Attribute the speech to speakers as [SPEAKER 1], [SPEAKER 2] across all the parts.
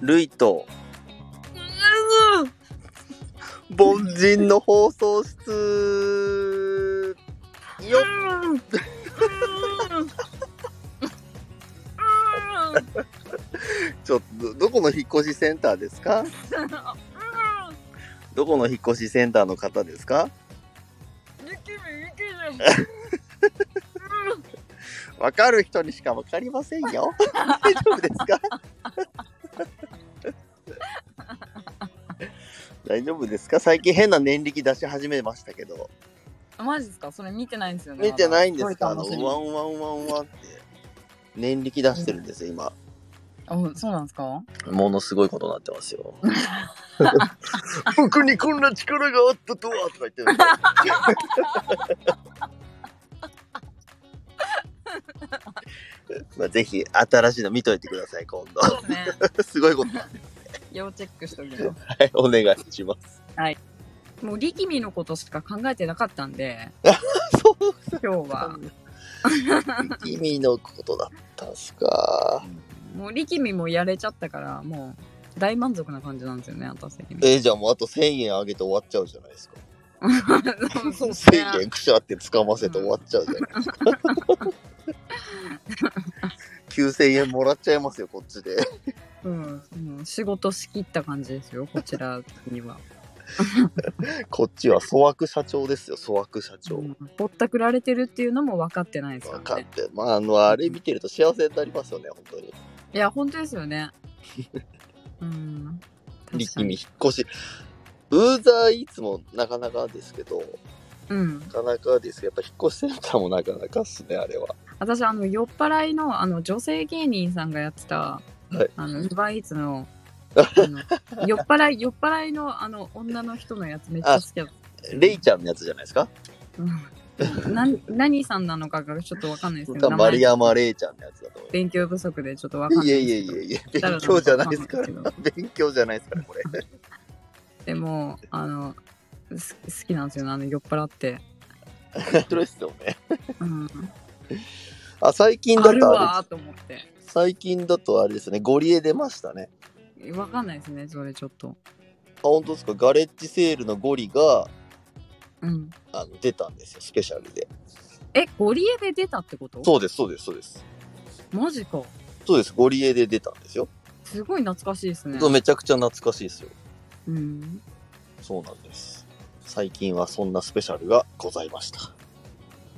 [SPEAKER 1] ルイと凡人の放送室よっちょっとどこの引っ越しセンターですかどこの引っ越しセンターの方ですかわかる人にしかわかりませんよ大丈夫です か大丈夫ですか最近変な念力出し始めましたけど
[SPEAKER 2] マジですかそれ見てないんですよね。
[SPEAKER 1] 見てないんですかあ
[SPEAKER 2] ま
[SPEAKER 1] の
[SPEAKER 2] だ
[SPEAKER 1] ワンワンワンワンって念力出してるんですよ今
[SPEAKER 2] あそうなんですか
[SPEAKER 1] ものすごいことになってます よ。僕にこんな力があったとはとか言ってる。 まあぜひ新しいの見といてください今度。
[SPEAKER 2] そうですね。
[SPEAKER 1] すごいこと、は
[SPEAKER 2] 要チェックしておきます。
[SPEAKER 1] い、お願いします。
[SPEAKER 2] もう力みのことしか考えてなかったんで、
[SPEAKER 1] そう
[SPEAKER 2] 今日は。
[SPEAKER 1] 意味のことだったんすか。
[SPEAKER 2] もう力みもやれちゃったから、もう大満足な感じなんですよね、私的に。
[SPEAKER 1] えーじゃあもうあと1000円あげて終わっちゃうじゃないですか。
[SPEAKER 2] そうそう
[SPEAKER 1] 1000円くしゃってつかませて終わっちゃ うじゃないですか。9000円もらっちゃいますよこっちで。
[SPEAKER 2] うん、うん仕事しきった感じですよ、こちらには。
[SPEAKER 1] こっちは粗悪社長ですよ、粗悪社長。
[SPEAKER 2] うんぼったくられてるっていうのも分かってないです
[SPEAKER 1] 分
[SPEAKER 2] か
[SPEAKER 1] からっ
[SPEAKER 2] ね。
[SPEAKER 1] て、まあ、あの、あれ見てると幸せになりますよね、本当に。
[SPEAKER 2] いや、本当です よね。うん。確か
[SPEAKER 1] 力み
[SPEAKER 2] に。
[SPEAKER 1] 引っ越し。ウーザーいつもなかなかですけど、
[SPEAKER 2] うん。
[SPEAKER 1] なかなかですけど、やっぱ引っ越しセンターもなかなかっすね、あれは。
[SPEAKER 2] 私あの酔っ払いのあの女性芸人さんがやってた、
[SPEAKER 1] はい
[SPEAKER 2] あのウーバーイー ツのあの酔っ払い酔っ払いのあの女の人のやつめっちゃ好きだった
[SPEAKER 1] レイちゃんのやつじゃないですか。
[SPEAKER 2] うん な何さんなのかがちょっとわかんないですけ
[SPEAKER 1] 多
[SPEAKER 2] ど
[SPEAKER 1] 分
[SPEAKER 2] 名
[SPEAKER 1] 丸
[SPEAKER 2] 前
[SPEAKER 1] 山レイちゃんのやつだと思い
[SPEAKER 2] 勉強不足でちょっとわかん
[SPEAKER 1] ま
[SPEAKER 2] な
[SPEAKER 1] す。
[SPEAKER 2] い
[SPEAKER 1] いや
[SPEAKER 2] で
[SPEAKER 1] いや
[SPEAKER 2] すけ
[SPEAKER 1] い
[SPEAKER 2] ど
[SPEAKER 1] やいや、勉強じゃないですから
[SPEAKER 2] 誰なのかわかんない。
[SPEAKER 1] 勉強じゃないですから、これ。
[SPEAKER 2] でもあのす好きなんですよねあの酔っ払って、
[SPEAKER 1] 面白いっすよね。
[SPEAKER 2] うん、
[SPEAKER 1] あ、最近だ
[SPEAKER 2] ある
[SPEAKER 1] とあ
[SPEAKER 2] わ
[SPEAKER 1] れ、
[SPEAKER 2] ーと思って
[SPEAKER 1] 最近だとあれですね、ゴリエ出ましたね。
[SPEAKER 2] わかんないですねそれちょっと
[SPEAKER 1] あ、本当ですか、ガレッジセールのゴリが、
[SPEAKER 2] うん
[SPEAKER 1] あの出たんですよスペシャルで
[SPEAKER 2] えゴリエで出たってこと
[SPEAKER 1] そうですそうですそうです
[SPEAKER 2] マジか
[SPEAKER 1] そうですゴリエで出たんですよ、
[SPEAKER 2] すごい懐かしいですね
[SPEAKER 1] そうめちゃくちゃ懐かしいですよ
[SPEAKER 2] うん
[SPEAKER 1] そうなんです最近はそんなスペシャルがございました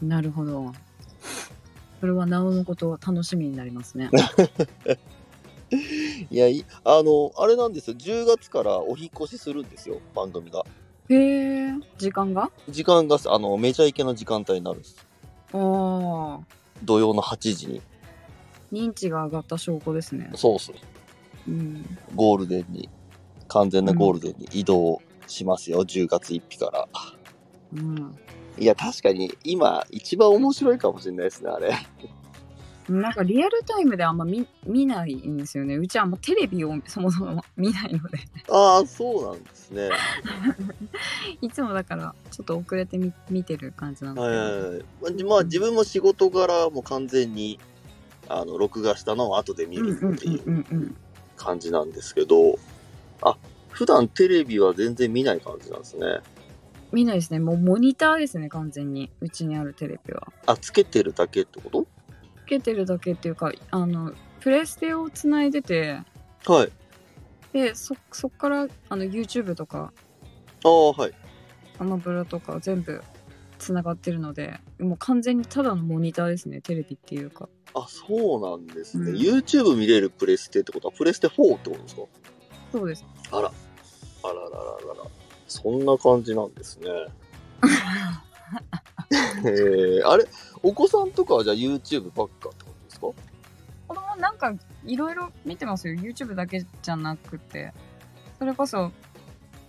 [SPEAKER 2] なるほど。それはなおのこと楽しみになりますね。
[SPEAKER 1] いやいあのあれなんですよ10月からお引越しするんですよ番組が
[SPEAKER 2] へえ。時間が？
[SPEAKER 1] 時間があのめちゃイケの時間帯になるんです
[SPEAKER 2] ああ、
[SPEAKER 1] 土曜の8時に
[SPEAKER 2] 認知が上がった証拠ですね。
[SPEAKER 1] そうそう
[SPEAKER 2] うん。
[SPEAKER 1] ゴールデンに完全なゴールデンに移動しますよ、10月1日から
[SPEAKER 2] う
[SPEAKER 1] いや確かに今一番面白いかもしれないですねあれ
[SPEAKER 2] ん。なんかリアルタイムであんま見見ないんですよね。うちはあんまテレビをそもそも 見ないので、
[SPEAKER 1] ああそうなんですね
[SPEAKER 2] いつもだからちょっと遅れてみ見てる感じなんです
[SPEAKER 1] は
[SPEAKER 2] け
[SPEAKER 1] い
[SPEAKER 2] ど。
[SPEAKER 1] はいはいまあじ、まあ自分も仕事柄もう完全にあの録画したのを後で見
[SPEAKER 2] うん
[SPEAKER 1] る
[SPEAKER 2] うん
[SPEAKER 1] っていう
[SPEAKER 2] うんうん
[SPEAKER 1] 感じなんですけど、あ普段テレビは全然見ない感じなんですね
[SPEAKER 2] 見ないですね。もうモニターですね。完全にうちにあるテレビは。
[SPEAKER 1] あつけてるだけってこ
[SPEAKER 2] つけてるだけっていうか、あのプレステをつないでて。
[SPEAKER 1] とはい
[SPEAKER 2] でそそっからあの YouTube とか
[SPEAKER 1] ああはい
[SPEAKER 2] アマブラとか全部つながってるのでもう完全にただのモニターですねテレビっていうか
[SPEAKER 1] あそうなんですね、
[SPEAKER 2] うん
[SPEAKER 1] YouTube 見れるプレステってことはプレステ4ってことですか
[SPEAKER 2] そうです
[SPEAKER 1] あらあらららららそんな感じなんです ねえー、あれお子さんとかはじゃあ YouTube ばっかってことですか
[SPEAKER 2] 子供なんかいろいろ見てますよ YouTube だけじゃなくてそれこそ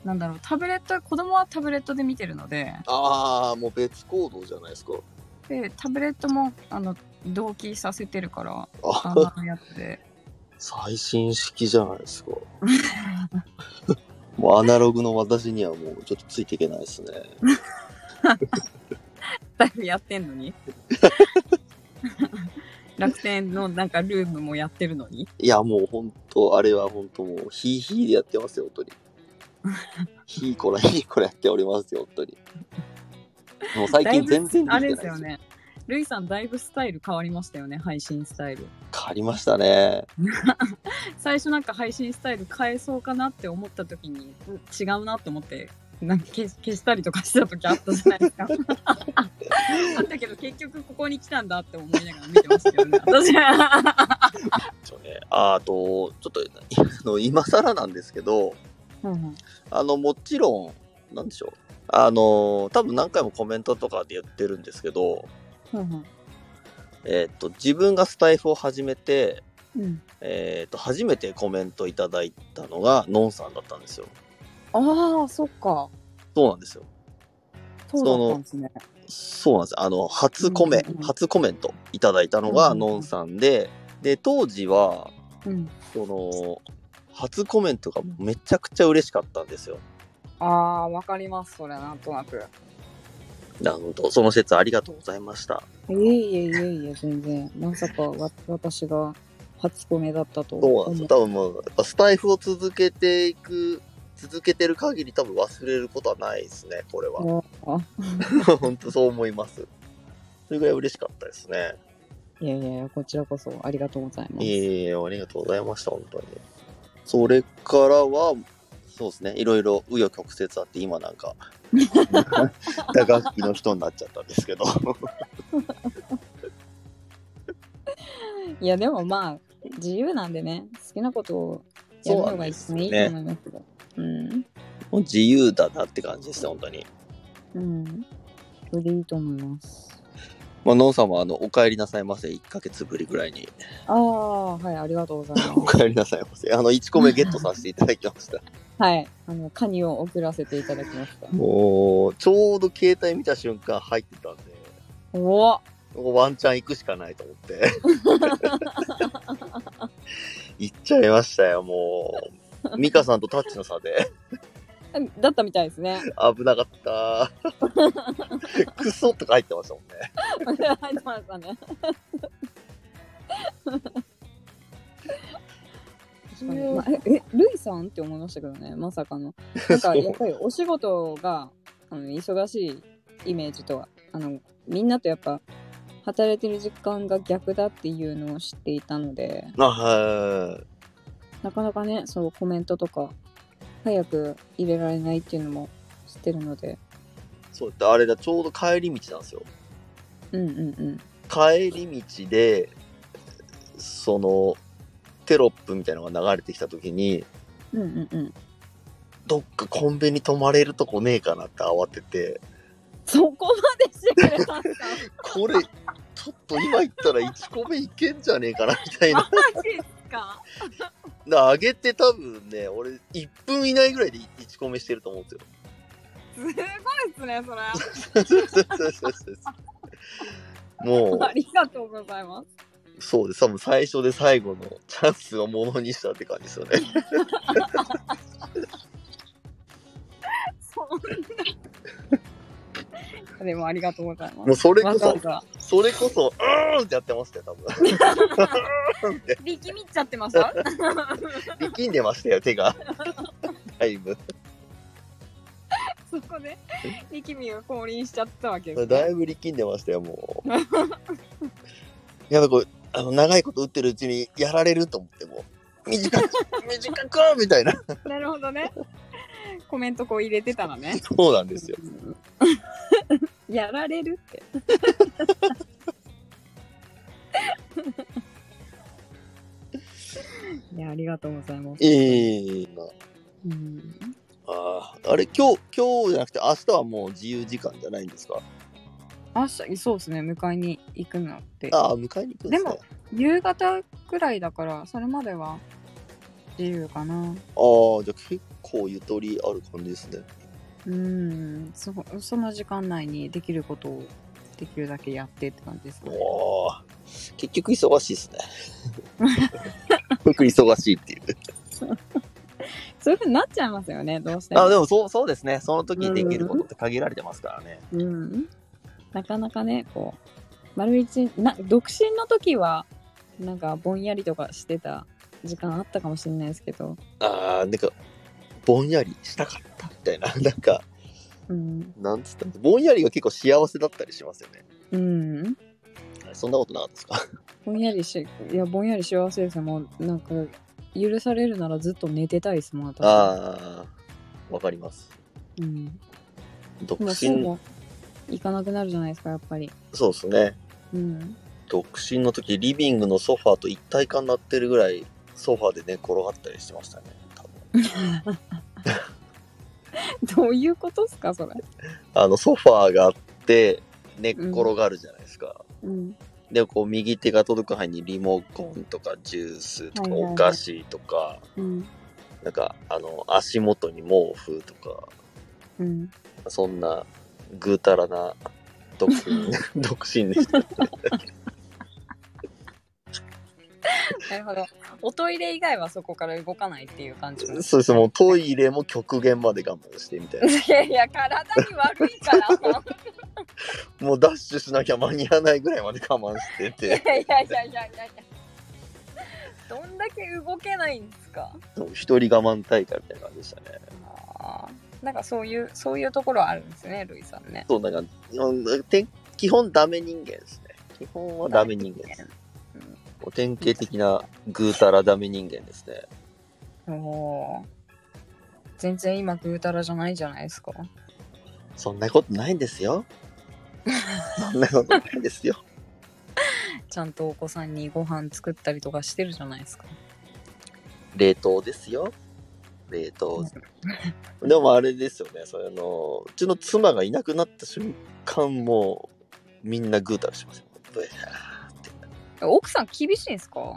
[SPEAKER 2] なんだろうタブレット子供はタブレットで見てるので
[SPEAKER 1] ああもう別行動じゃないですか
[SPEAKER 2] でタブレットもあの同期させてるからあ
[SPEAKER 1] あ
[SPEAKER 2] のやつで
[SPEAKER 1] 最新式じゃない ですかもうアナログの私にはもうちょっとついていけないですね
[SPEAKER 2] ライブやってんの に楽天のなんかルームもやってるのに
[SPEAKER 1] いや、もう本当、あれは本当もう、ヒーヒーでやってますよ、本当 に。ヒーコラ、ヒーコラやっておりますよ、本当に。もう最
[SPEAKER 2] だい
[SPEAKER 1] 近
[SPEAKER 2] ぶ
[SPEAKER 1] 全然でき
[SPEAKER 2] あ
[SPEAKER 1] て
[SPEAKER 2] れ
[SPEAKER 1] ない
[SPEAKER 2] ですよ。ねルイさんだいぶスタイル変わりましたよね配信スタイル
[SPEAKER 1] 変わりましたね。
[SPEAKER 2] 最初なんか配信スタイル変えそうかなって思った時に違うなって思ってなんか消し消したりとかした時あったじゃないです かあったけど結局ここに来たんだって思いながら見てましたけどね私
[SPEAKER 1] そうねああと、ちょっと、あの今更なんですけど、
[SPEAKER 2] うんうん
[SPEAKER 1] あの、もちろん、なんでしょう。あの、多分何回もコメントとかで言ってるんですけど、
[SPEAKER 2] うん
[SPEAKER 1] えーっと、自分がスタイフを始めて、
[SPEAKER 2] うんうん
[SPEAKER 1] えーっと、初めてコメントいただいたのが、ノンさんだったんですよ。
[SPEAKER 2] ああそっか
[SPEAKER 1] そうなんですよ。
[SPEAKER 2] そうだったんですね
[SPEAKER 1] そうなんですあの初コメ、
[SPEAKER 2] うんうんうん
[SPEAKER 1] 初コメントいただいたのが
[SPEAKER 2] うんうんうん
[SPEAKER 1] のんさんで、で当時は
[SPEAKER 2] うん
[SPEAKER 1] その初コメントがめちゃくちゃ嬉しかったんですよ。
[SPEAKER 2] ああわかりますそれなんとなく
[SPEAKER 1] なんとその説ありがとうございました。
[SPEAKER 2] いえいえいえいえ全然まさかわ私が初コメだったと
[SPEAKER 1] そうなん
[SPEAKER 2] 思
[SPEAKER 1] ですよ。
[SPEAKER 2] う
[SPEAKER 1] 多分もうやっぱスタイフを続けていく続けてる限り多分忘れることはないですねこれは。
[SPEAKER 2] あ
[SPEAKER 1] 本当そう思います。それぐらい嬉しかったですね。
[SPEAKER 2] いやいやいやこちらこそありがとうございます
[SPEAKER 1] いえいえ、ありがとうございました、本当に。それからは、そうですね、いろいろ紆余曲折あって、今なんか、打楽器の人になっちゃったんですけど、
[SPEAKER 2] いやでもまあ自由なんでね好きなことをやるのが一番いいと思いますけどうん
[SPEAKER 1] もう自由だなって感じですね、本当に。
[SPEAKER 2] うんそれでいいと思います
[SPEAKER 1] まあ、ノンさんも、あの、お帰りなさいませ、1ヶ月ぶりぐらいに、
[SPEAKER 2] ああはいありがとうござい
[SPEAKER 1] お
[SPEAKER 2] ます
[SPEAKER 1] 帰りなさいませ、あの、1個目ゲットさせていただきま した。
[SPEAKER 2] はいあのカニを送らせていただきました
[SPEAKER 1] もう、ちょうど携帯見た瞬間入ってたんで、
[SPEAKER 2] おお
[SPEAKER 1] もうワンチャン行くしかないと思って。 行っちゃいましたよ、もう。ミカさんとタッチの差で。
[SPEAKER 2] だったみたいですね
[SPEAKER 1] 危なかった。クソとか入ってましたもんね。
[SPEAKER 2] 入ってましたね確かにまあええルイさんって思いましたけどねまさかのなんかやっぱりお仕事があの忙しいイメージとはあのみんなとやっぱ働いてる時間が逆だっていうのを知っていたので
[SPEAKER 1] あは
[SPEAKER 2] なかなかねそうコメントとか早く入れられないっていうのも知ってるので
[SPEAKER 1] い。そうだ、あれだ、ちょうど帰り道なんですよ。
[SPEAKER 2] うんうん
[SPEAKER 1] 帰り道で、その、テロップみたいなのが流れてきた時に、
[SPEAKER 2] うんうんうんうん
[SPEAKER 1] どっかコンビニ泊まれるとこねえかなって慌てて、
[SPEAKER 2] そこまでしてくれました
[SPEAKER 1] これ、ちょっと今行ったら1個目いけんじゃねえかなみたいな。
[SPEAKER 2] マジっすか
[SPEAKER 1] だ上げて多分ね、俺、1分以内ぐらいで1個目してると思うんですよ。
[SPEAKER 2] すごいっすねそれ
[SPEAKER 1] も
[SPEAKER 2] ありがとうございます
[SPEAKER 1] う、そうです。多分最初で最後のチャンスをものにしたって感じですよね。
[SPEAKER 2] そんな。 でもありがとうございま
[SPEAKER 1] もう
[SPEAKER 2] す。
[SPEAKER 1] それこ
[SPEAKER 2] わざわ
[SPEAKER 1] そ、
[SPEAKER 2] ざ
[SPEAKER 1] それこそ、うーんってやってましたよ、多分。
[SPEAKER 2] 力みっちゃってました。
[SPEAKER 1] 力んでましたよ、手が。だいぶ。
[SPEAKER 2] そこで力みが降臨しちゃったわけです、
[SPEAKER 1] だ
[SPEAKER 2] ね。
[SPEAKER 1] いぶ力んでましたよ、もう。い や、なんか、あの、長いこと打ってるうちにやられると思って、もう、短く、 短くみたいな。
[SPEAKER 2] なるほどね。コメントこう入れてたらね。
[SPEAKER 1] そうなんですよ。
[SPEAKER 2] やられるって。 いやありがとうございます。
[SPEAKER 1] ええ
[SPEAKER 2] うん
[SPEAKER 1] あーあれ今日今日じゃなくて明日はもう自由時間じゃないんですか
[SPEAKER 2] 明日そうですね迎えに行くのって
[SPEAKER 1] ああ迎えに行くんですね
[SPEAKER 2] で夕方くらいだからそれまでは自由かな
[SPEAKER 1] ああじゃあ結構ゆとりある感じですね
[SPEAKER 2] うんそその時間内にできることをできるだけやってって感じです
[SPEAKER 1] お
[SPEAKER 2] ね
[SPEAKER 1] お結局忙しいですね 僕忙しいっていう
[SPEAKER 2] そういうふうになっちゃいますよねどうしても
[SPEAKER 1] あでもそうそうですねその時にできることって限られてますからね
[SPEAKER 2] うんなかなかねこう丸一な独身の時はなんかぼんやりとかしてた時間あったかもしれないですけど、
[SPEAKER 1] あーなんかぼんやりしたかったみた いななんか
[SPEAKER 2] うん、
[SPEAKER 1] なんつったらぼんやりが結構幸せだったりしますよね
[SPEAKER 2] うん、
[SPEAKER 1] あれそんなことなかったですか
[SPEAKER 2] ぼんやりしいやぼんやり幸せですよもうなんか許されるならずっと寝てたいですもん私
[SPEAKER 1] ああわかります
[SPEAKER 2] うん、
[SPEAKER 1] 独
[SPEAKER 2] 今
[SPEAKER 1] 身
[SPEAKER 2] そうも行かなくなるじゃないですかやっぱり
[SPEAKER 1] そうですね
[SPEAKER 2] うん
[SPEAKER 1] 独身の時リビングのソファーと一体化になってるぐらいソファーで寝転がったりしてましたね多分
[SPEAKER 2] どういうことっすかそれ
[SPEAKER 1] あのソファーがあって寝っ転がるじゃないですか、
[SPEAKER 2] うん
[SPEAKER 1] でこう右手が届く範囲にリモコンとかジュースとか
[SPEAKER 2] はいはいはい
[SPEAKER 1] お菓子とか、
[SPEAKER 2] うん
[SPEAKER 1] なんかあの足元に毛布とか
[SPEAKER 2] うん
[SPEAKER 1] そんなぐうたらな独身独身でした
[SPEAKER 2] なるほどおトイレ以外はそこから動かないっていう感じなんです
[SPEAKER 1] そうですもうトイレも極限まで我慢してみたいない
[SPEAKER 2] やいや、体に悪いから。
[SPEAKER 1] もうダッシュしなきゃ間に合わないぐらいまで我慢して
[SPEAKER 2] いや
[SPEAKER 1] て
[SPEAKER 2] いやいやいやいやいや。どんだけ動けないんですか。
[SPEAKER 1] そう一人我慢大会みたいな感じでしたね
[SPEAKER 2] あーなんかそういう、そういうところあるんですね、ルイさんね。
[SPEAKER 1] そうなんかうんてん基本ダメ人間ですね基本はダメ人間ですもう典型的なぐうたらダメ人間ですね
[SPEAKER 2] おおー。全然今ぐうたらじゃないじゃないですか。
[SPEAKER 1] そんなことないんですよそんなことないんですよ
[SPEAKER 2] ちゃんとお子さんにご飯作ったりとかしてるじゃないですか。
[SPEAKER 1] 冷凍ですよ冷凍でもあれですよねそれあのうちの妻がいなくなった瞬間もうみんなぐうたらしますよブエーって
[SPEAKER 2] 奥さん厳しいんですか。
[SPEAKER 1] う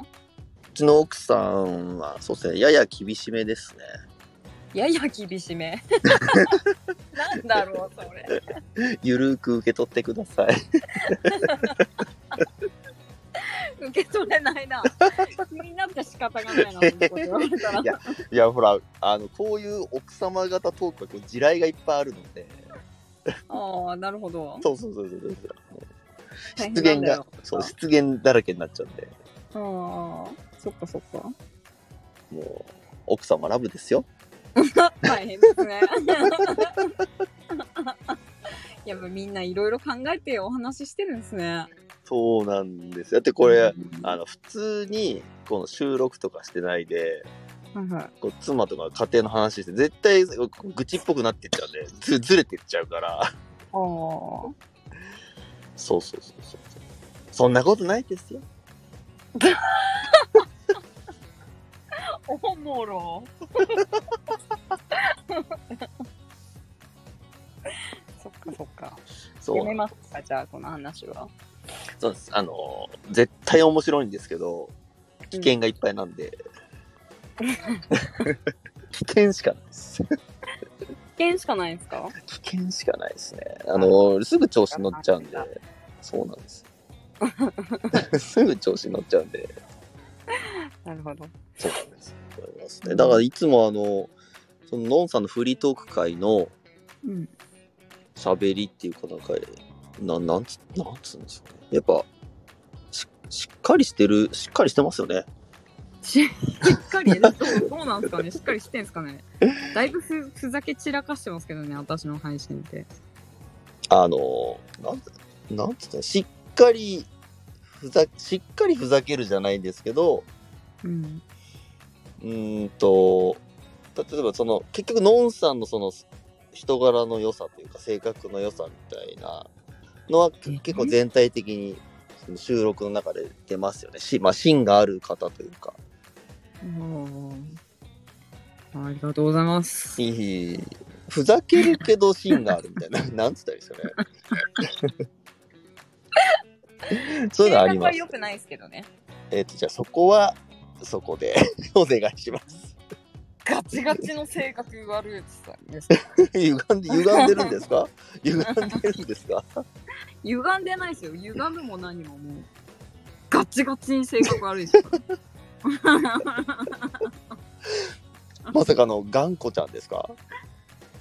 [SPEAKER 1] ちの奥さんはそうですねやや厳しめですね
[SPEAKER 2] やや厳し め。なんだろう、それ。
[SPEAKER 1] ゆるーく受け取ってください
[SPEAKER 2] 受け取れないな。気になって仕方がないな、そんなこと言われ たら
[SPEAKER 1] いやいやほらあのこういう奥様方トークはこう地雷がいっぱいあるので
[SPEAKER 2] ああ、なるほど。
[SPEAKER 1] そうそうそうそうそう
[SPEAKER 2] 大変
[SPEAKER 1] 失言
[SPEAKER 2] なんだ
[SPEAKER 1] が
[SPEAKER 2] よ
[SPEAKER 1] そう失言だらけになっちゃうんで
[SPEAKER 2] ああ、そっかそっか。
[SPEAKER 1] もう奥様ラブですよ
[SPEAKER 2] 大変ですね。 やっぱみんないろいろ考えてお話ししてるんですね。
[SPEAKER 1] そうなんですだってこれ、
[SPEAKER 2] うん
[SPEAKER 1] あの普通にこの収録とかしてないで
[SPEAKER 2] はいはい
[SPEAKER 1] こう妻とか家庭の話して絶対こう愚痴っぽくなってっちゃうんでずずれてっちゃうから
[SPEAKER 2] あー
[SPEAKER 1] そうそうそうそうそんなことないですよ
[SPEAKER 2] おも ろ。そっかそっか。
[SPEAKER 1] そ
[SPEAKER 2] や
[SPEAKER 1] う
[SPEAKER 2] めますか、じゃあこの話は。
[SPEAKER 1] そうですあの絶対面白いんですけど危険がいっぱいなん で、危険しかないです
[SPEAKER 2] 危険しかないんですか
[SPEAKER 1] 危険しかないですねあのすぐ調子乗っちゃうんでそうなんですす ぐ調子乗っちゃうんで
[SPEAKER 2] なるほど。
[SPEAKER 1] そうなんです。思いますね。だからいつもあの、そののんさんのフリートーク会の
[SPEAKER 2] うん。
[SPEAKER 1] 喋りっていうかなんか、ななんつ、なんつうんですかね。やっぱ、ししっかりしてる、しっかりしてますよね。
[SPEAKER 2] ししっかりどうどうなんですかねしっかりしてんすかねだいぶふふざけ散らかしてますけどね私の配信って
[SPEAKER 1] あの、なんつ、なんつったらしっかり、ふざ、しっかりふざけるじゃないんですけど、
[SPEAKER 2] うん
[SPEAKER 1] うーんと、例えばその、結局のんさんのその、人柄の良さというか、性格の良さみたいなのは
[SPEAKER 2] うん
[SPEAKER 1] 結構全体的にその収録の中で出ますよね。し、まあ、芯がある方というか。
[SPEAKER 2] ありがとうございます
[SPEAKER 1] いいふざけるけど芯があるみたい な。なんつったらいいですかね。 そういうのあります。
[SPEAKER 2] くないですけどね
[SPEAKER 1] えっ、と、じゃあそこは、そこで お願いします。
[SPEAKER 2] ガチガチの性格悪いさんです
[SPEAKER 1] 歪んで、歪んでるんですか歪んでるんですか
[SPEAKER 2] 歪んでないですよ歪むも何ももうガチガチに性格悪いですから
[SPEAKER 1] まさかの頑固ちゃんですか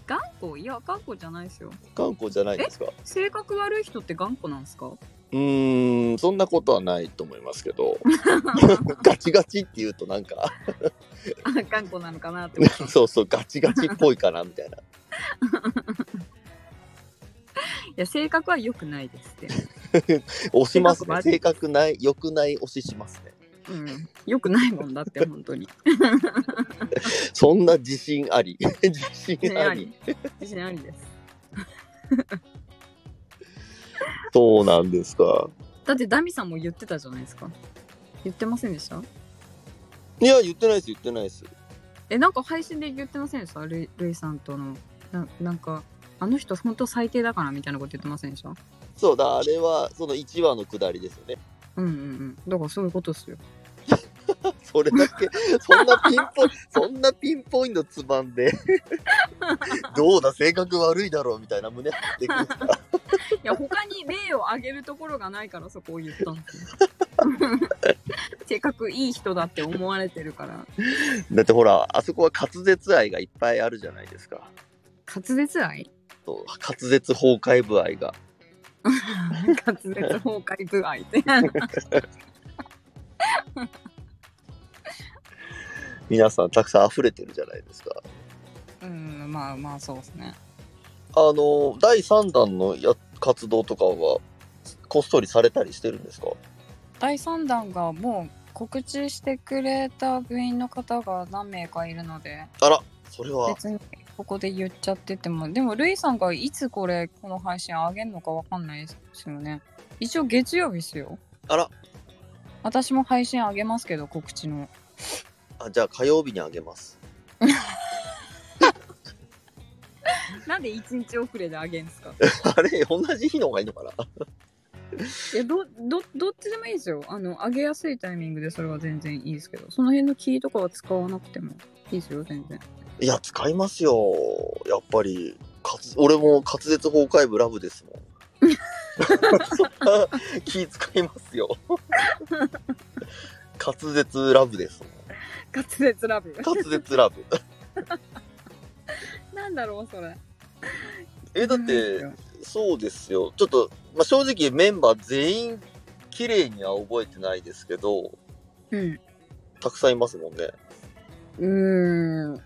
[SPEAKER 2] 頑固いや頑固じゃないですよ
[SPEAKER 1] 頑固じゃないんですか
[SPEAKER 2] 性格悪い人って頑固なんですか
[SPEAKER 1] うーんそんなことはないと思いますけ どガチガチって言うとなんか
[SPEAKER 2] あ頑固なのかなってこと
[SPEAKER 1] そうそうガチガチっぽいかなみたいない
[SPEAKER 2] や性格は良くないですって、
[SPEAKER 1] 押します
[SPEAKER 2] 性格
[SPEAKER 1] ね
[SPEAKER 2] 悪い
[SPEAKER 1] 性格ない良くない押ししますね
[SPEAKER 2] うん、良くないもんだって本当に
[SPEAKER 1] そんな自信あり 自信あ
[SPEAKER 2] あ
[SPEAKER 1] り
[SPEAKER 2] り自信ありです
[SPEAKER 1] そうなんですか
[SPEAKER 2] だってダミさんも言ってたじゃないですか言ってませんでした
[SPEAKER 1] いや言ってないです言ってないです
[SPEAKER 2] えなんか配信で言ってませんでしたルイルイさんとのななんかあの人本当最低だからみたいなこと言ってませんでした
[SPEAKER 1] そうだあれはその1話のくだりですよね
[SPEAKER 2] うんうんうんだからそういうことっすよ
[SPEAKER 1] それだけ、そんなピンポイント、そんなピンポイントつまんで、 どうだ、性格悪いだろうみたいな胸張ってくるから、
[SPEAKER 2] いや他に例を挙げるところがないからそこを言 ったんですよ性格いい人だって思われてるから
[SPEAKER 1] だってほら、あそこは滑舌愛がいっぱいあるじゃないですか。
[SPEAKER 2] 滑舌愛
[SPEAKER 1] そう滑舌崩壊部愛が。
[SPEAKER 2] 滑舌崩壊具合って
[SPEAKER 1] 皆さんたくさん溢れてるじゃないですか。
[SPEAKER 2] うんまあまあそうですね
[SPEAKER 1] あの、第3弾のや活動とかは、こっそりされたりしてるんですか
[SPEAKER 2] 第3弾がもう告知してくれた部員の方が何名かいるので
[SPEAKER 1] あら、それは、
[SPEAKER 2] 別にここで言っちゃっててもでもルイさんがいつこれこの配信上げるのかわかんないですよね一応月曜日ですよ
[SPEAKER 1] あら、
[SPEAKER 2] 私も配信上げますけど告知の
[SPEAKER 1] あじゃあ火曜日にあげます。
[SPEAKER 2] なんで1日遅れで上げんす か
[SPEAKER 1] あれ、同じ日の方がいいのかない
[SPEAKER 2] やどどどっちでもいいですよあの上げやすいタイミングでそれは全然いいですけどその辺のキーとかは使わなくてもいいですよ全然
[SPEAKER 1] いや、使いますよ。やっぱり。かつ俺も滑舌崩壊部ラブです もん。そんな気使いますよ。 滑舌ラブですも
[SPEAKER 2] 滑舌ラブ
[SPEAKER 1] ん。滑舌ラブ。
[SPEAKER 2] なんだろうそれ
[SPEAKER 1] え、だって、そうですよ。ちょっと、まあ、正直メンバー全員綺麗には覚えてないですけど、
[SPEAKER 2] うん
[SPEAKER 1] たくさんいますもんね。
[SPEAKER 2] うーん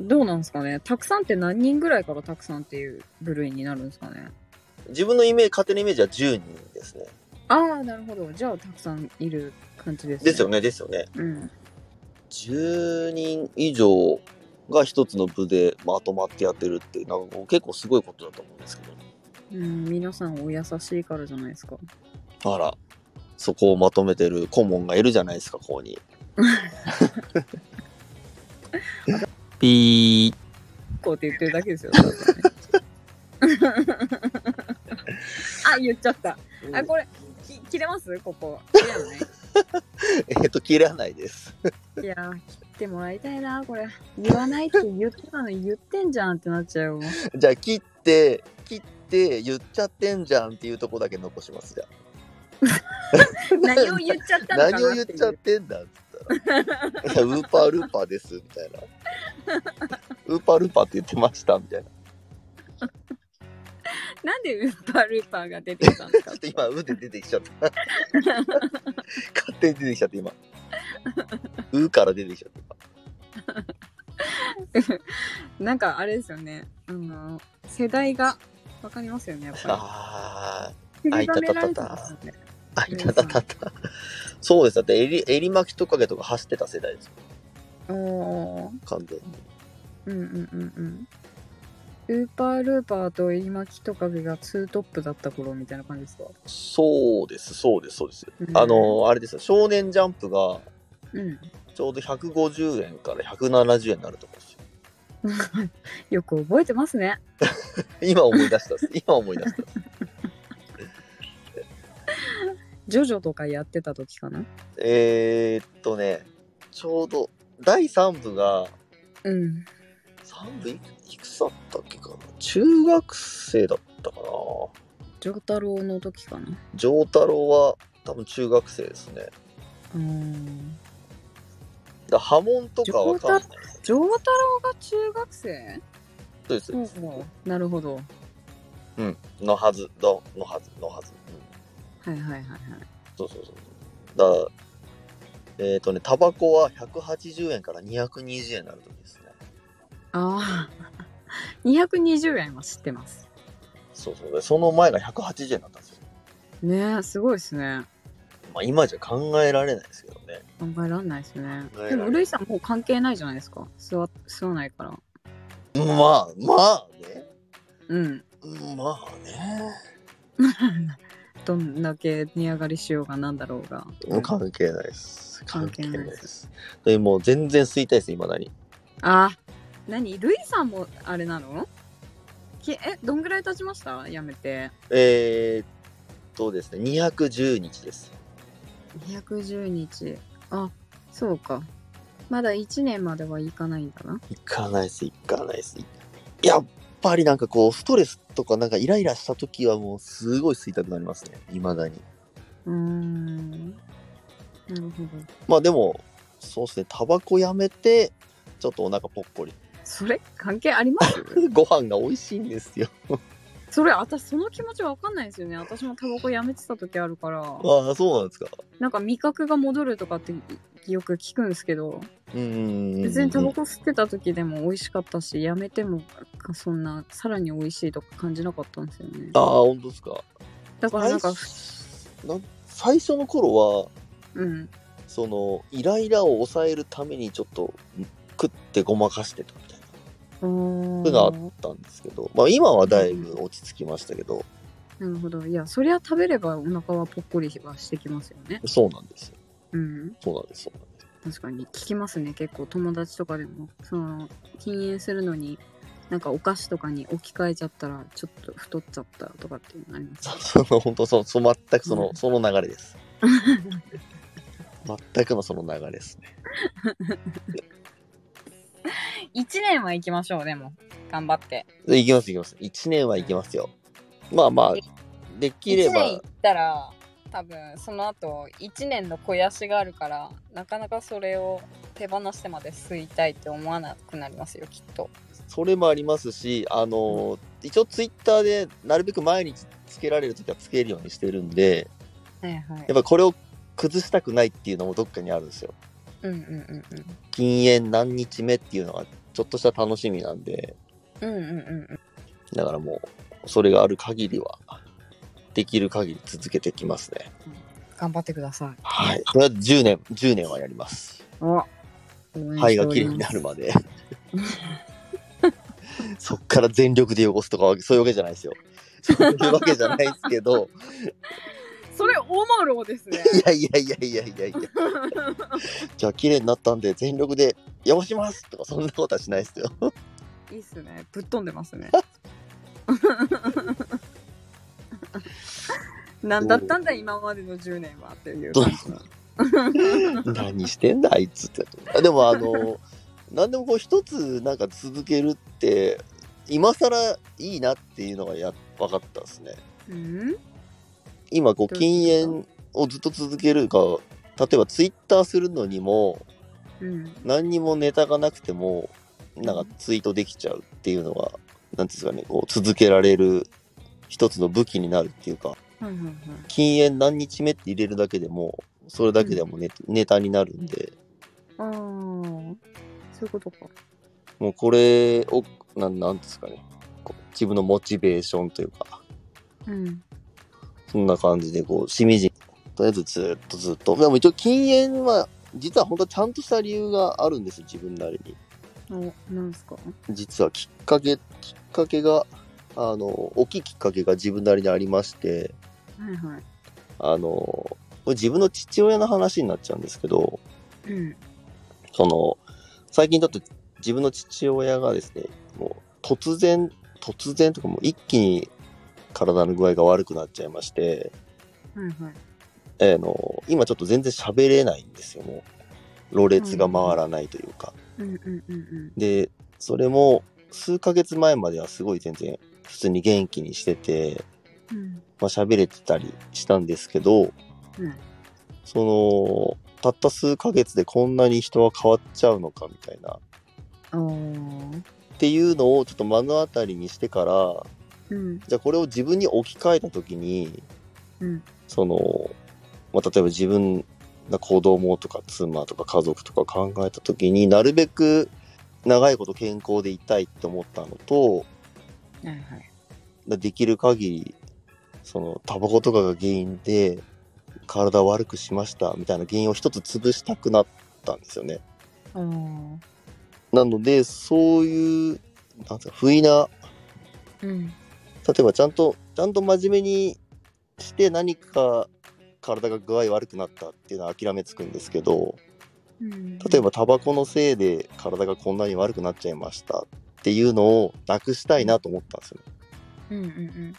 [SPEAKER 2] どうなんですかねたくさんって何人ぐらいからたくさんっていう部類になるんですかね
[SPEAKER 1] 自分のイメージ、勝手なイメージは10人ですね。
[SPEAKER 2] ああなるほどじゃあたくさんいる感じです、ね、
[SPEAKER 1] ですよね、ですよね。
[SPEAKER 2] うん
[SPEAKER 1] 10人以上が一つの部でまとまってやってるってなんか結構すごいことだと思うんですけ
[SPEAKER 2] うん皆さんお優しいからじゃないですか
[SPEAKER 1] どあらそこをまとめてる顧問がいるじゃないですかここにピー
[SPEAKER 2] こうって言ってるだけですよ、多分ね あ言っちゃったあこれき切れますここ切れない
[SPEAKER 1] えっと切らないです
[SPEAKER 2] いやー切ってもらいたいなこれ言わないって言ってたのに言ってんじゃんってなっちゃうよ
[SPEAKER 1] じゃあ切って切って言っちゃってんじゃんっていうとこだけ残しますじゃあ
[SPEAKER 2] 何を言っちゃったのかなってい
[SPEAKER 1] 何
[SPEAKER 2] う
[SPEAKER 1] を言っちゃってんだっつったら「いやウーパールーパーです」みたいな「ウーパールーパーって言ってました」みたいな
[SPEAKER 2] なんでウーパールーパーが出てきたんで
[SPEAKER 1] ち
[SPEAKER 2] すか
[SPEAKER 1] ょっと今「う」で出てきちゃった 勝手に出てきちゃった今「う」から出てきちゃった今
[SPEAKER 2] なんかあれですよね。あの世代がわかりますよね。やっぱ
[SPEAKER 1] ああー
[SPEAKER 2] り。散りばめられてますよ
[SPEAKER 1] ー
[SPEAKER 2] ね。
[SPEAKER 1] あいたたたたそうですだって襟襟巻きトカゲとか走ってた世代ですよ
[SPEAKER 2] おお
[SPEAKER 1] 完全に
[SPEAKER 2] ー。うんうんうんうん。ウーパールーパーとエリマキトカゲがツートップだった頃みたいな感じですか。
[SPEAKER 1] そうですそうですそうです
[SPEAKER 2] うん
[SPEAKER 1] あのあれですよ少年ジャンプが
[SPEAKER 2] うん。
[SPEAKER 1] ちょうど150円から170円になるとこですよ
[SPEAKER 2] よく覚えてますね。
[SPEAKER 1] 今思い出したっす今思い出したっす
[SPEAKER 2] ジョジョとかやってた時かな。
[SPEAKER 1] えーっとねちょうど第3部が
[SPEAKER 2] うん。
[SPEAKER 1] 3部いいくつだったっけかな中学生だったかな
[SPEAKER 2] ジョタロウの時かな。
[SPEAKER 1] 丈太郎は多分中学生ですね
[SPEAKER 2] うーん。
[SPEAKER 1] だ波紋とかわかんない
[SPEAKER 2] ジョータロウが中学生？
[SPEAKER 1] そうです。
[SPEAKER 2] なるほど。
[SPEAKER 1] うん。のはず、の、のはず、のはず。うん。
[SPEAKER 2] はいはいはいはい。
[SPEAKER 1] そうそうそうそう。だから、えっ、とね、タバコは180円から220円になるときですね。
[SPEAKER 2] ああ、220円は知ってます。
[SPEAKER 1] そうそう。でその前が180円だったんですよ。
[SPEAKER 2] ねえ、すごいですね。
[SPEAKER 1] まあ今じゃ考えられないですけどね。
[SPEAKER 2] 考えらんないですね
[SPEAKER 1] 考えらんな。い
[SPEAKER 2] でも、ルイさんもう関係ないじゃないですか。吸わ、吸わないから。
[SPEAKER 1] まあ、まあね。
[SPEAKER 2] うん。
[SPEAKER 1] まあね。
[SPEAKER 2] どんだけ値上がりしようがなんだろうが。
[SPEAKER 1] 関係ないです。
[SPEAKER 2] 関係ないです
[SPEAKER 1] す。でもう全然吸いたいです、未だに。
[SPEAKER 2] あ、何ルイさんもあれなのきえ、どんぐらい経ちましたやめて。
[SPEAKER 1] えー、っとですね、210日です。
[SPEAKER 2] 210日。あ、そうか。まだ1年まではいかないんだな。
[SPEAKER 1] 行かないです、行かないです。やっぱりなんかこう、ストレスとかなんかイライラした時はもうすごい吸いたくなりますね、未だに。
[SPEAKER 2] うーん。なるほど。
[SPEAKER 1] まあでも、そうですね、タバコやめて、ちょっとお腹ぽっこり。
[SPEAKER 2] それ関係あります
[SPEAKER 1] ご飯が美味しいんですよ。
[SPEAKER 2] それ私その気持ちわかんないですよね私もタバコやめてた時あるから
[SPEAKER 1] ああ、そうなんですか。
[SPEAKER 2] なんか味覚が戻るとかってよく聞くんですけど
[SPEAKER 1] うーん。
[SPEAKER 2] 別にタバコ吸ってた時でも美味しかったしやめてもそんなさらに美味しいとか感じなかったんですよね
[SPEAKER 1] ああ、本当ですか。
[SPEAKER 2] だからなんか
[SPEAKER 1] 最初な最初の頃は、
[SPEAKER 2] うん
[SPEAKER 1] そのイライラを抑えるためにちょっと食ってごまかしてたみたいな
[SPEAKER 2] あ
[SPEAKER 1] のがあ
[SPEAKER 2] あ
[SPEAKER 1] ったんですけど、まあ、今はだいぶ落ち着きましたけど、
[SPEAKER 2] なるほどいやそりゃ食べればお腹はぽっこりはしてきますよね
[SPEAKER 1] そうなんですよ
[SPEAKER 2] うん
[SPEAKER 1] そうなんですそうなんです
[SPEAKER 2] 確かに聞きますね結構友達とかでもその禁煙するのになんかお菓子とかに置き換えちゃったらちょっと太っちゃったとかっていうのあります
[SPEAKER 1] そその本当そそ全くその、
[SPEAKER 2] うん
[SPEAKER 1] その流れです全くのその流れですね
[SPEAKER 2] 1年は行きましょうでも頑張って
[SPEAKER 1] でいきますいきます1年はいきますよまあまあできれ
[SPEAKER 2] 1年
[SPEAKER 1] ば
[SPEAKER 2] 行ったら多分その後1年の肥やしがあるからなかなかそれを手放してまで吸いたいって思わなくなりますよきっと
[SPEAKER 1] それもありますしあの、一応ツイッターでなるべく毎日つけられる時はつけるようにしてるんで
[SPEAKER 2] はいはい
[SPEAKER 1] やっぱこれを崩したくないっていうのもどっかにあるんですよ。
[SPEAKER 2] うんうんうん
[SPEAKER 1] 禁煙何日目っていうのがちょっとした楽しみなんで、
[SPEAKER 2] うんうんうんうんうん
[SPEAKER 1] だからもう、それがある限りは、できる限り続けてきますね。
[SPEAKER 2] 頑張ってください
[SPEAKER 1] はい。これは10年、10年はやります。
[SPEAKER 2] お
[SPEAKER 1] 肺がきれいになるまで。そっから全力で汚すとかは、そういうわけじゃないですよ。そういうわけじゃないですけど、
[SPEAKER 2] それオマロですね
[SPEAKER 1] いやいやいやいやいやいや。じゃあ綺麗になったんで全力で汚しますとか、そんなことはしないですよ。
[SPEAKER 2] いいっすねぶっ飛んでま すねなんだったんだ今までの10年はっていう感じ の
[SPEAKER 1] 何してんだあいつってあでもあの何でもこう一つなんか続けるって今更いいなっていうのがや分かったですね
[SPEAKER 2] うん
[SPEAKER 1] 今こう
[SPEAKER 2] どう
[SPEAKER 1] 禁
[SPEAKER 2] いうこと
[SPEAKER 1] 煙をずっと続けるか例えばツイッターするのにも
[SPEAKER 2] うん
[SPEAKER 1] 何にもネタがなくてもなんかツイートできちゃうっていうのが何ていうんですかねこう続けられる一つの武器になるっていうか
[SPEAKER 2] はいはいはい
[SPEAKER 1] 禁煙何日目って入れるだけでもそれだけでもネ,、ネタになるんで。
[SPEAKER 2] ああそういうことか
[SPEAKER 1] もうこれを、なんなんですかね、こう自分のモチベーションというか、
[SPEAKER 2] うん
[SPEAKER 1] そんな感じで、こう、しみじみ、とりあえずずっとずっと。でも一応、禁煙は、実は本当はちゃんとした理由があるんですよ、自分なりに。
[SPEAKER 2] おなんすか
[SPEAKER 1] 実はきっかけ、きっかけが、あの、大きいきっかけが自分なりにありまして、
[SPEAKER 2] はいはい
[SPEAKER 1] あの、これ自分の父親の話になっちゃうんですけど、
[SPEAKER 2] うん
[SPEAKER 1] その、最近だと自分の父親がですね、もう突然、突然とかもう一気に体の具合が悪くなっちゃいまして、
[SPEAKER 2] はいはい
[SPEAKER 1] あの、今ちょっと全然喋れないんですよ、もう。ろれつが回らないというか。
[SPEAKER 2] うんうんうんうん
[SPEAKER 1] で、それも数ヶ月前まではすごい全然普通に元気にしてて、
[SPEAKER 2] うん
[SPEAKER 1] まあ喋れてたりしたんですけど、
[SPEAKER 2] うん
[SPEAKER 1] その、たった数ヶ月でこんなに人は変わっちゃうのかみたいな
[SPEAKER 2] あー
[SPEAKER 1] っっていうのをちょっと目の当たりにしてから
[SPEAKER 2] うん
[SPEAKER 1] じゃあこれを自分に置き換えた時に
[SPEAKER 2] うん
[SPEAKER 1] その、まあ、例えば自分が子供とか妻とか家族とか考えた時になるべく長いこと健康でいたいって思ったのと
[SPEAKER 2] はいはい
[SPEAKER 1] だできる限りそのタバコとかが原因で体を悪くしましたみたいな原因を一つ潰したくなったんですよね。
[SPEAKER 2] あー
[SPEAKER 1] なのでそういうなんていうか不意な
[SPEAKER 2] うん
[SPEAKER 1] 例えばちゃんとちゃんと真面目にして何か体が具合悪くなったっていうのは諦めつくんですけど
[SPEAKER 2] うん
[SPEAKER 1] 例えばタバコのせいで体がこんなに悪くなっちゃいましたっていうのをなくしたいなと思ったんですよね。
[SPEAKER 2] うんうんうん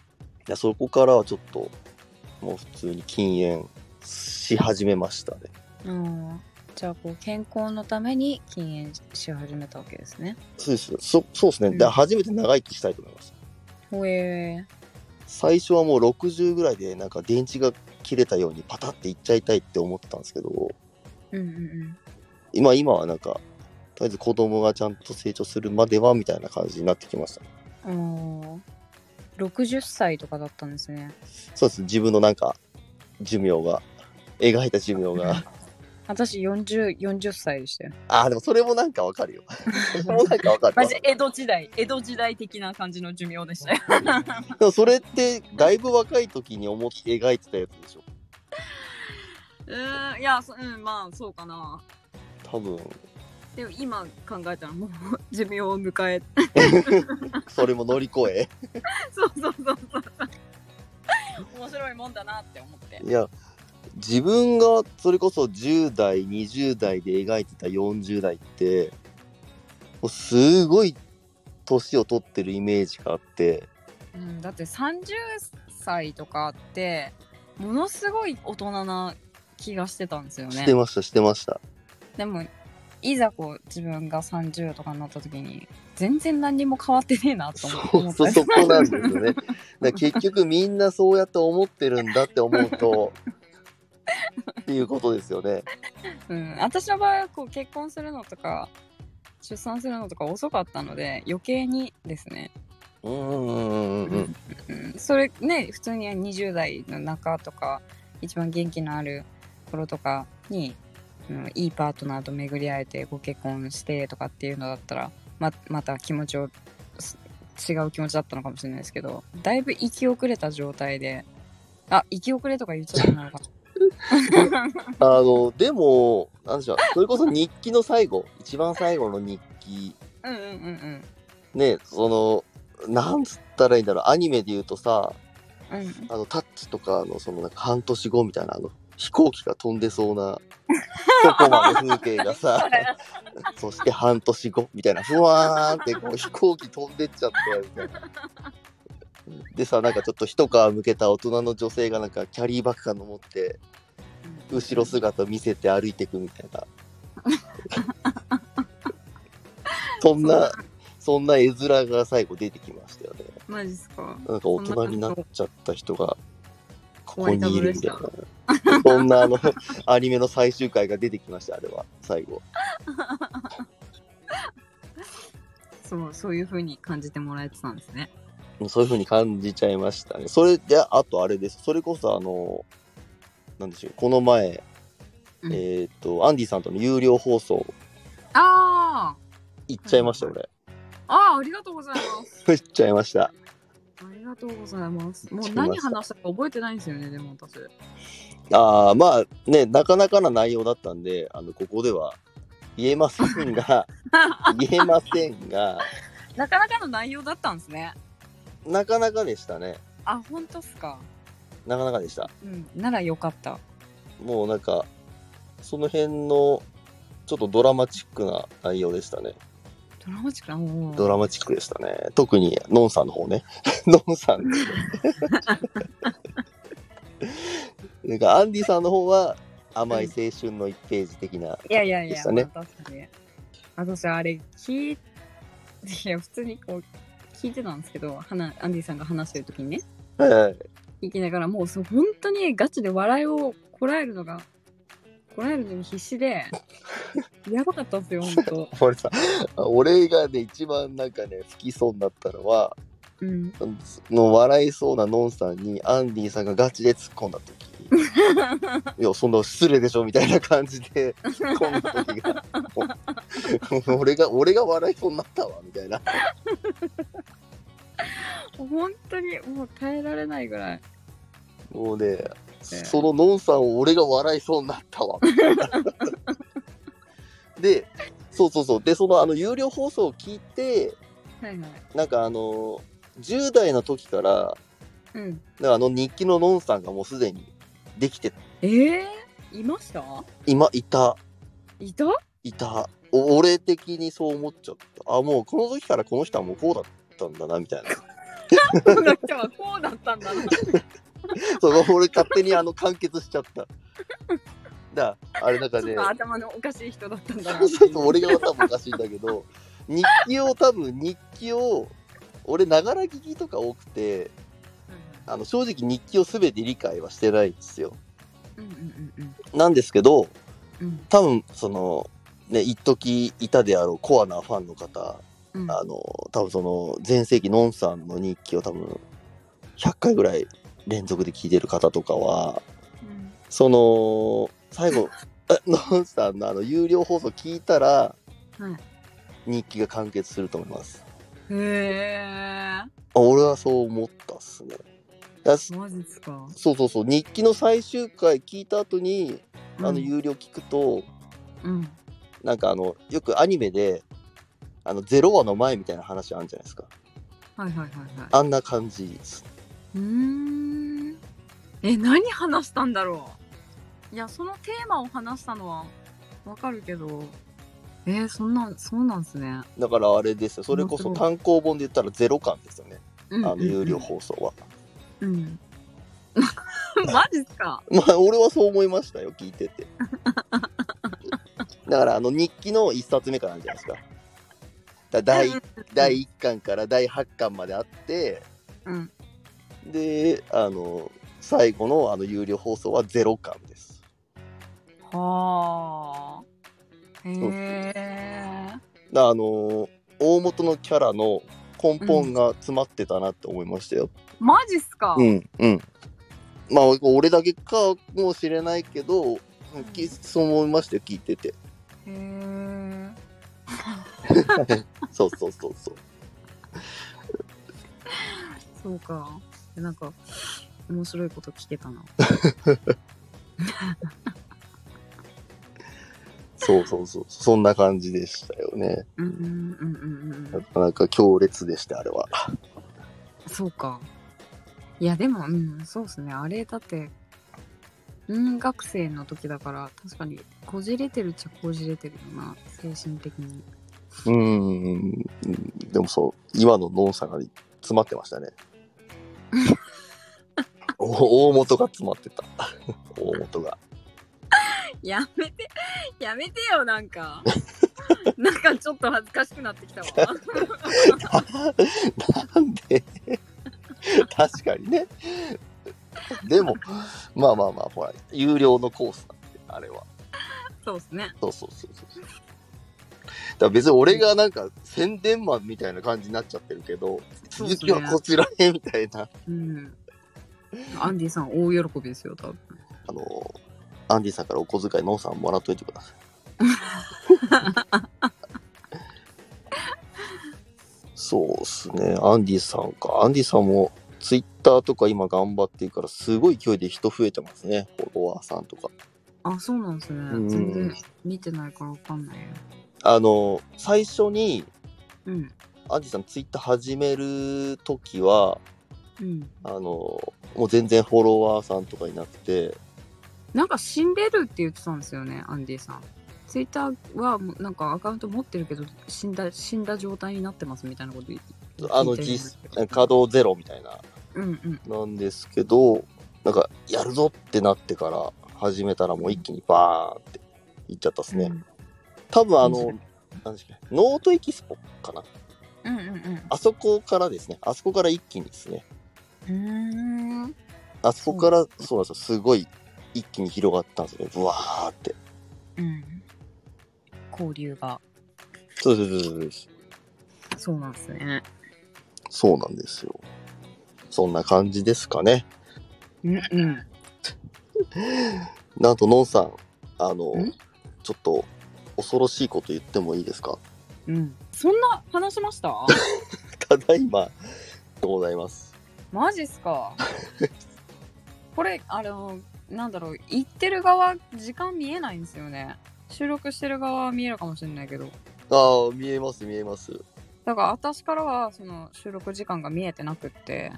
[SPEAKER 1] いやそこからはちょっともう普通に禁煙し始めましたね。
[SPEAKER 2] あーじゃあこう健康のために禁煙し始めたわけですね。
[SPEAKER 1] そうですそそうですね、
[SPEAKER 2] うん
[SPEAKER 1] だから初めて長生きしたいと思います
[SPEAKER 2] ほえ
[SPEAKER 1] 最初はもう60ぐらいでなんか電池が切れたようにパタっていっちゃいたいって思ってたんですけど
[SPEAKER 2] ー、うんうん
[SPEAKER 1] 今今はなんかとりあえず子供がちゃんと成長するまではみたいな感じになってきましたね
[SPEAKER 2] うん。ああ60歳とかだったんですね。
[SPEAKER 1] そうです自分のなんか寿命が描いた寿命が
[SPEAKER 2] 私40、40歳 でしたよ。
[SPEAKER 1] あーでもそれもなんかわかるよそれもなんかわかるわ
[SPEAKER 2] マジ江戸時代、江戸時代的な感じの寿命でしたよ。
[SPEAKER 1] でもそれってだいぶ若い時に思って描いてたやつでしょ
[SPEAKER 2] うーん、いや、そうん、まあそうかな。
[SPEAKER 1] 多分
[SPEAKER 2] でも今考えたらもう寿命を迎え、
[SPEAKER 1] それも乗り越 え
[SPEAKER 2] そうそうそうそう。面白いもんだなって思って。
[SPEAKER 1] いや自分がそれこそ10代20代で描いてた40代ってもうすごい年を取ってるイメージがあって
[SPEAKER 2] うん、だって30歳とかってものすごい大人な気がしてたんですよ
[SPEAKER 1] し
[SPEAKER 2] ね
[SPEAKER 1] てましたしてました
[SPEAKER 2] でもいざこう自分が30とかになった時に全然何にも変わってねえなと
[SPEAKER 1] そ
[SPEAKER 2] 思
[SPEAKER 1] う
[SPEAKER 2] って
[SPEAKER 1] そうそこなんですよねだから結局みんなそうやって思ってるんだって思うとっていうことですよね
[SPEAKER 2] うん、私の場合はこう結婚するのとか出産するのとか遅かったので余計にですね、
[SPEAKER 1] うんうんうんうんうん
[SPEAKER 2] うん、それね普通に20代の中とか一番元気のある頃とかに、うん、いいパートナーと巡り合えてご結婚してとかっていうのだったらままた気持ちをす違う気持ちだったのかもしれないですけどだいぶ生き遅れた状態であ生き遅れとか言っちゃったのか
[SPEAKER 1] あのでもなんでしょうそれこそ日記の最後一番最後の日記
[SPEAKER 2] うんうんうん
[SPEAKER 1] ねそのなんつったらいいんだろうアニメで言うとさ
[SPEAKER 2] うんうん
[SPEAKER 1] あのタッチとかのそのなんか半年後みたいなあの飛行機が飛んでそう なそこまで風景がさそして半年後みたいなふわーんってこう飛行機飛んでっちゃったよみたいな。でさなんかちょっと一皮むけた大人の女性がなんかキャリーバッグかの持って後ろ姿見せて歩いてくみたいなそんなそんな絵面が最後出てきましたよね
[SPEAKER 2] マジっすか
[SPEAKER 1] なんか大人になっちゃった人がここ
[SPEAKER 2] 終わ
[SPEAKER 1] にい
[SPEAKER 2] り
[SPEAKER 1] る
[SPEAKER 2] た
[SPEAKER 1] み
[SPEAKER 2] ぶ
[SPEAKER 1] たい
[SPEAKER 2] ろ
[SPEAKER 1] なそんなあのアニメの最終回が出てきましたあれは最後
[SPEAKER 2] そうそういう風に感じてもらえてたんですね
[SPEAKER 1] もうそういう風に感じちゃいましたねそれであとあれですそれこそあのなんでしょうこの前、
[SPEAKER 2] うん
[SPEAKER 1] えーっとアンディさんとの有料放送
[SPEAKER 2] あ
[SPEAKER 1] 行っちゃいました、俺
[SPEAKER 2] ーあーありがとうございます
[SPEAKER 1] 行っちゃいました
[SPEAKER 2] ありがとうございますも
[SPEAKER 1] すいませ
[SPEAKER 2] う
[SPEAKER 1] ん
[SPEAKER 2] 何話したか覚えてないんですよねでも私
[SPEAKER 1] ああまあねなかなかな内容だったんであのここでは言えません が言えませんが
[SPEAKER 2] なかなかの内容だったんですね
[SPEAKER 1] なかなかでしたね
[SPEAKER 2] あ本当っすか
[SPEAKER 1] なかなかでした
[SPEAKER 2] うんならよかった
[SPEAKER 1] もうなんかその辺のちょっとドラマチックな内容でしたね
[SPEAKER 2] ドラマチックなもう
[SPEAKER 1] ドラマチックでしたね特にノンさんの方ね ノンさんのなんかアンディさんの方は甘い青春の1ページ的ない
[SPEAKER 2] やいやい
[SPEAKER 1] で
[SPEAKER 2] や
[SPEAKER 1] したね
[SPEAKER 2] まあ確かに私あれ聞いいや普通にこう聞いてたんですけどはなアンディさんが話してる時にね
[SPEAKER 1] はい
[SPEAKER 2] 聞きながらもうそう本当にガチで笑いをこらえるのがこの間でも必 死でやばかったんですよ本当
[SPEAKER 1] 俺さ俺がね一番なんかね好きそうになったのは
[SPEAKER 2] うん
[SPEAKER 1] その笑いそうなのんさんにアンディさんがガチで突っ込んだ時いやそんな失礼でしょみたいな感じで突っ込んだ時がもう俺が俺が笑いそうになったわみたいな
[SPEAKER 2] 本当にもう耐えられないぐらい
[SPEAKER 1] もうね、そののんさんを俺が笑いそうになったわみたいなでそうそうそうでそのあの有料放送を聞いて
[SPEAKER 2] はいはい
[SPEAKER 1] なんかあの10代の時から
[SPEAKER 2] うん
[SPEAKER 1] なんかあの日記ののんさんがもうすでにできて
[SPEAKER 2] ええいました
[SPEAKER 1] 今いた
[SPEAKER 2] いた
[SPEAKER 1] いたお俺的にそう思っちゃったあもうこの時からこの人はもうこうだったんだなみ たいな
[SPEAKER 2] この人はこうだったんだな
[SPEAKER 1] その俺勝手にあの完結しちゃっただからあれなんか
[SPEAKER 2] ちょ
[SPEAKER 1] ね
[SPEAKER 2] っと頭のおかしい人だっ たんだな
[SPEAKER 1] そうそうそう俺が多分おかしいんだけど日記を多分日記を俺ながら聞きとか多くてあの正直日記を全て理解はしてないんですよ
[SPEAKER 2] うんうんうん
[SPEAKER 1] なんですけど
[SPEAKER 2] うん
[SPEAKER 1] 多分そのね一時いたであろうコアなファンの方
[SPEAKER 2] うん
[SPEAKER 1] あの多分その全盛期のんさんの日記を多分100回ぐらい連続で聞いてる方とかは
[SPEAKER 2] うん
[SPEAKER 1] その最後 あのんさんのあの有料放送聞いたら、
[SPEAKER 2] は
[SPEAKER 1] 日記が完結すると思います
[SPEAKER 2] へえ
[SPEAKER 1] あ俺はそう思ったっすねだそ
[SPEAKER 2] マジっすか
[SPEAKER 1] そうそうそう日記の最終回聞いた後にあの有料聞くと、
[SPEAKER 2] うん
[SPEAKER 1] なんかあのよくアニメであのゼロ話の前みたいな話あるんじゃないですか
[SPEAKER 2] はいはいはいはい
[SPEAKER 1] あんな感じです
[SPEAKER 2] うーんえ何話したんだろういやそのテーマを話したのはわかるけどえー、そんなんそうなんすね、
[SPEAKER 1] だからあれですよそれこそ
[SPEAKER 2] 面
[SPEAKER 1] 単行本で言ったらゼロ感ですよね
[SPEAKER 2] うんうんうん
[SPEAKER 1] あの有料放送は、
[SPEAKER 2] うん マジっすか
[SPEAKER 1] まあ俺はそう思いましたよ聞いて てだからあの日記の1冊目からあるじゃないですかだ第第1巻から第8巻まであって
[SPEAKER 2] うん
[SPEAKER 1] であの最後のあの有料放送はゼロ巻です
[SPEAKER 2] はあへ
[SPEAKER 1] そう
[SPEAKER 2] え
[SPEAKER 1] だあの大元のキャラの根本が詰まってたなって思いましたよ、
[SPEAKER 2] マジっすか、
[SPEAKER 1] うんうんまあ俺だけかもしれないけどきそう思いましたよ聞いてて
[SPEAKER 2] へえ
[SPEAKER 1] そうそうそうそう
[SPEAKER 2] そうかなんか面白いこと聞けたな
[SPEAKER 1] そうそうそうそんな感じでしたよね
[SPEAKER 2] うんうんうんうんう
[SPEAKER 1] なんかなか強烈でしたあれは
[SPEAKER 2] そうかいやでもうんそうっすねあれだってうん学生の時だから確かにこじれてるっちゃこじれてるよな精神的に
[SPEAKER 1] うんうんうんうんでもそう今のノンさんが詰まってました ねお大元が詰まってた大元が
[SPEAKER 2] やめてやめてよなん かなんかちょっと恥ずかしくなってきたわ
[SPEAKER 1] なんで 確かにねでもまあまあまあほら有料のコースなんであれは
[SPEAKER 2] そうっすね
[SPEAKER 1] そうそうそうそうだから別に俺がなんか宣伝マンみたいな感じになっちゃってるけど
[SPEAKER 2] そ
[SPEAKER 1] 続
[SPEAKER 2] うですね
[SPEAKER 1] きはこちらへみたいな
[SPEAKER 2] うんアンディさん大喜びですよ多分
[SPEAKER 1] あのアンディさんからお小遣いのんさんもらっといてくださいそうっすねアンディさんかアンディさんもツイッターとか今頑張ってるからすごい勢いで人増えてますねフォロワーさんとか
[SPEAKER 2] あそうなんですね、
[SPEAKER 1] ん
[SPEAKER 2] 全然見てないからわかんないよ
[SPEAKER 1] あの最初に
[SPEAKER 2] うん
[SPEAKER 1] アンディさんツイッター始める時は
[SPEAKER 2] うん
[SPEAKER 1] あのもう全然フォロワーさんとかいなくて
[SPEAKER 2] なんか死んでるって言ってたんですよねアンディさんツイッターはもうなんかアカウント持ってるけど死んだ死んだ状態になってますみたいなこと言って
[SPEAKER 1] あの実稼働ゼロみたいな
[SPEAKER 2] うんうん
[SPEAKER 1] なんですけど、なんか、やるぞってなってから始めたらもう一気にバーンっていっちゃったっすね。
[SPEAKER 2] うん
[SPEAKER 1] 多分あ
[SPEAKER 2] う
[SPEAKER 1] の
[SPEAKER 2] ん、
[SPEAKER 1] 何でしたっけ、ノートエキスポかな
[SPEAKER 2] うんうん
[SPEAKER 1] あそこからですね、あそこから一気にですね。
[SPEAKER 2] うんうーん
[SPEAKER 1] あそこから、そうなんですよ、すごい一気に広がったんですよね。ブワーって。
[SPEAKER 2] うん。交流が。
[SPEAKER 1] そうそうそうそうそう。
[SPEAKER 2] そうなんですね。
[SPEAKER 1] そうなんですよ。そんな感じですかね。
[SPEAKER 2] うんうん。
[SPEAKER 1] なんと、のんさん、あの
[SPEAKER 2] ん、
[SPEAKER 1] ちょっと恐ろしいこと言ってもいいですか
[SPEAKER 2] うん。そんな話しました
[SPEAKER 1] ただいまでございます。
[SPEAKER 2] マジっすか。 これ、あの、なんだろう、言ってる側、時間見えないんですよね。収録してる側は見えるかもしれないけど。
[SPEAKER 1] ああ、見えます、見えます。
[SPEAKER 2] だから私からはその収録時間が見えてなくって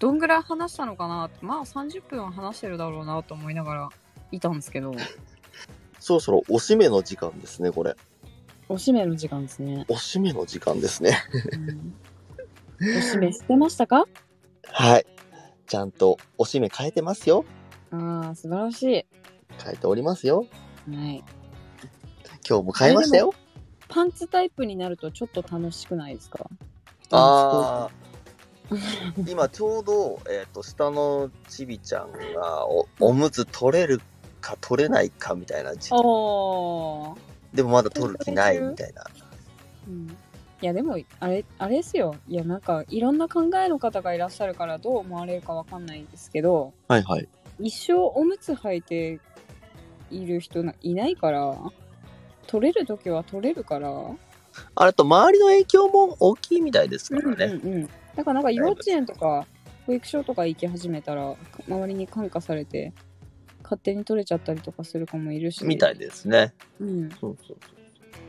[SPEAKER 2] どんぐらい話したのかなってまあ30分は話してるだろうなと思いながらいたんですけど
[SPEAKER 1] そろそろおしめの時間ですね、これ。
[SPEAKER 2] おしめの時間ですね、
[SPEAKER 1] おしめの時間ですね。
[SPEAKER 2] おしめしてましたか
[SPEAKER 1] はい。ちゃんとおしめ変えてますよ。
[SPEAKER 2] ああ素晴らしい、
[SPEAKER 1] 変えておりますよ。
[SPEAKER 2] はい、
[SPEAKER 1] 今日も変えましたよ。
[SPEAKER 2] パンツタイプになるとちょっと楽しくないですか
[SPEAKER 1] ああ。 今ちょうど、えっ、と、下のちびちゃんがお、おむつ取れるか取れないかみたいな時期
[SPEAKER 2] あ。ー、
[SPEAKER 1] でもまだ取る気ないみたいな。
[SPEAKER 2] うん、いやでもあれあれですよいやなんかいろんな考えの方がいらっしゃるからどう思われるかわかんないんですけど
[SPEAKER 1] はいはい。
[SPEAKER 2] 一生おむつ履いている人ないないから取れる時は取れるから、
[SPEAKER 1] あれと周りの影響も大きいみたいですからね。
[SPEAKER 2] うん、だからなんか幼稚園とか保育所とか行き始めたら周りに感化されて勝手に取れちゃったりとかする子もいるし
[SPEAKER 1] みたいですね。
[SPEAKER 2] うん、
[SPEAKER 1] そうそうそう。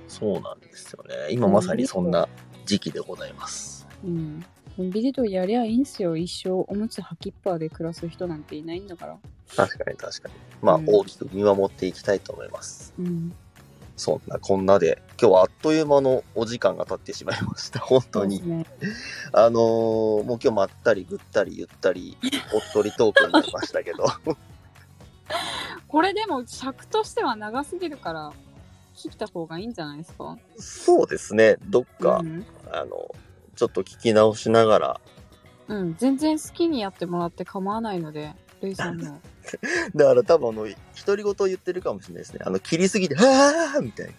[SPEAKER 1] そうなんですよね。今まさにそんな時期でございます。
[SPEAKER 2] うん、のんびりとやりゃいいんすよ一生おむつ履きっぱで暮らす人なんていないんだから、
[SPEAKER 1] 確かに確かに。まあ、
[SPEAKER 2] うん
[SPEAKER 1] 大きく見守っていきたいと思います。
[SPEAKER 2] うん、
[SPEAKER 1] そんなこんなで、今日はあっという間のお時間が経ってしまいました。本当に
[SPEAKER 2] そう。ですね
[SPEAKER 1] あのーもう今日まったりぐったりゆったり、おっとりトークになりましたけ ど。
[SPEAKER 2] これでも尺としては長すぎるから聞いた方がいいんじゃないですか、
[SPEAKER 1] そうですね。どっか
[SPEAKER 2] う、ん
[SPEAKER 1] あの、ちょっと聞き直しながら、
[SPEAKER 2] うん、全然好きにやってもらって構わないので、ルイさん の。
[SPEAKER 1] だから多分あの独り言を言ってるかもしれないですねあの切りすぎて「はあ!」みたいな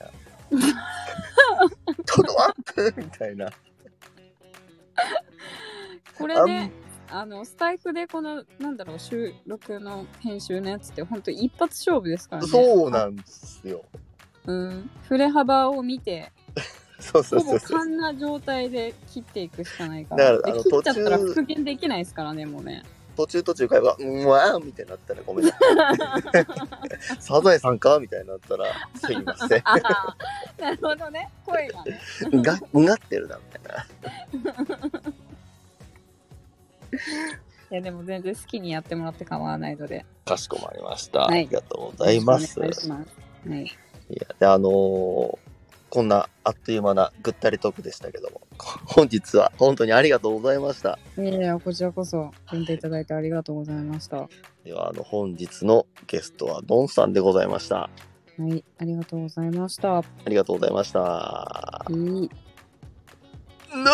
[SPEAKER 1] 「トドアップ!」みたいな
[SPEAKER 2] これね、あの、スタイフでこの、なんだろう、収録の編集のやつって、本当一発勝負ですからね。
[SPEAKER 1] そうなんですよ
[SPEAKER 2] うん。振れ幅を見て、
[SPEAKER 1] そうそ
[SPEAKER 2] ほ
[SPEAKER 1] うそ
[SPEAKER 2] ぼ
[SPEAKER 1] うそう
[SPEAKER 2] 勘な状態で切っていくしかないから。
[SPEAKER 1] だからあの
[SPEAKER 2] で切っちゃったら
[SPEAKER 1] 途中
[SPEAKER 2] 復元できないですからね、もうね。
[SPEAKER 1] 途中途中会話「うんわあ!」みたいになったらごめんなさい サザエさんかみたいになったらすいません
[SPEAKER 2] ああ、 なるほどね。声がね。
[SPEAKER 1] がうがってるなみたいない
[SPEAKER 2] や、でも全然好きにやってもらって構わないので。
[SPEAKER 1] かしこまりました、
[SPEAKER 2] はい
[SPEAKER 1] ありがとうございます
[SPEAKER 2] よろしくお願いしますはい。
[SPEAKER 1] いやであのーこんなあっという間なぐったりトークでしたけども本日は本当にありがとうございました
[SPEAKER 2] いやいや、こちらこそ、呼んでいただいてありがとうございました。は
[SPEAKER 1] ではあの本日のゲストはドンさんでございました
[SPEAKER 2] い、ありがとうございました。
[SPEAKER 1] ありがとうございました
[SPEAKER 2] いい
[SPEAKER 1] な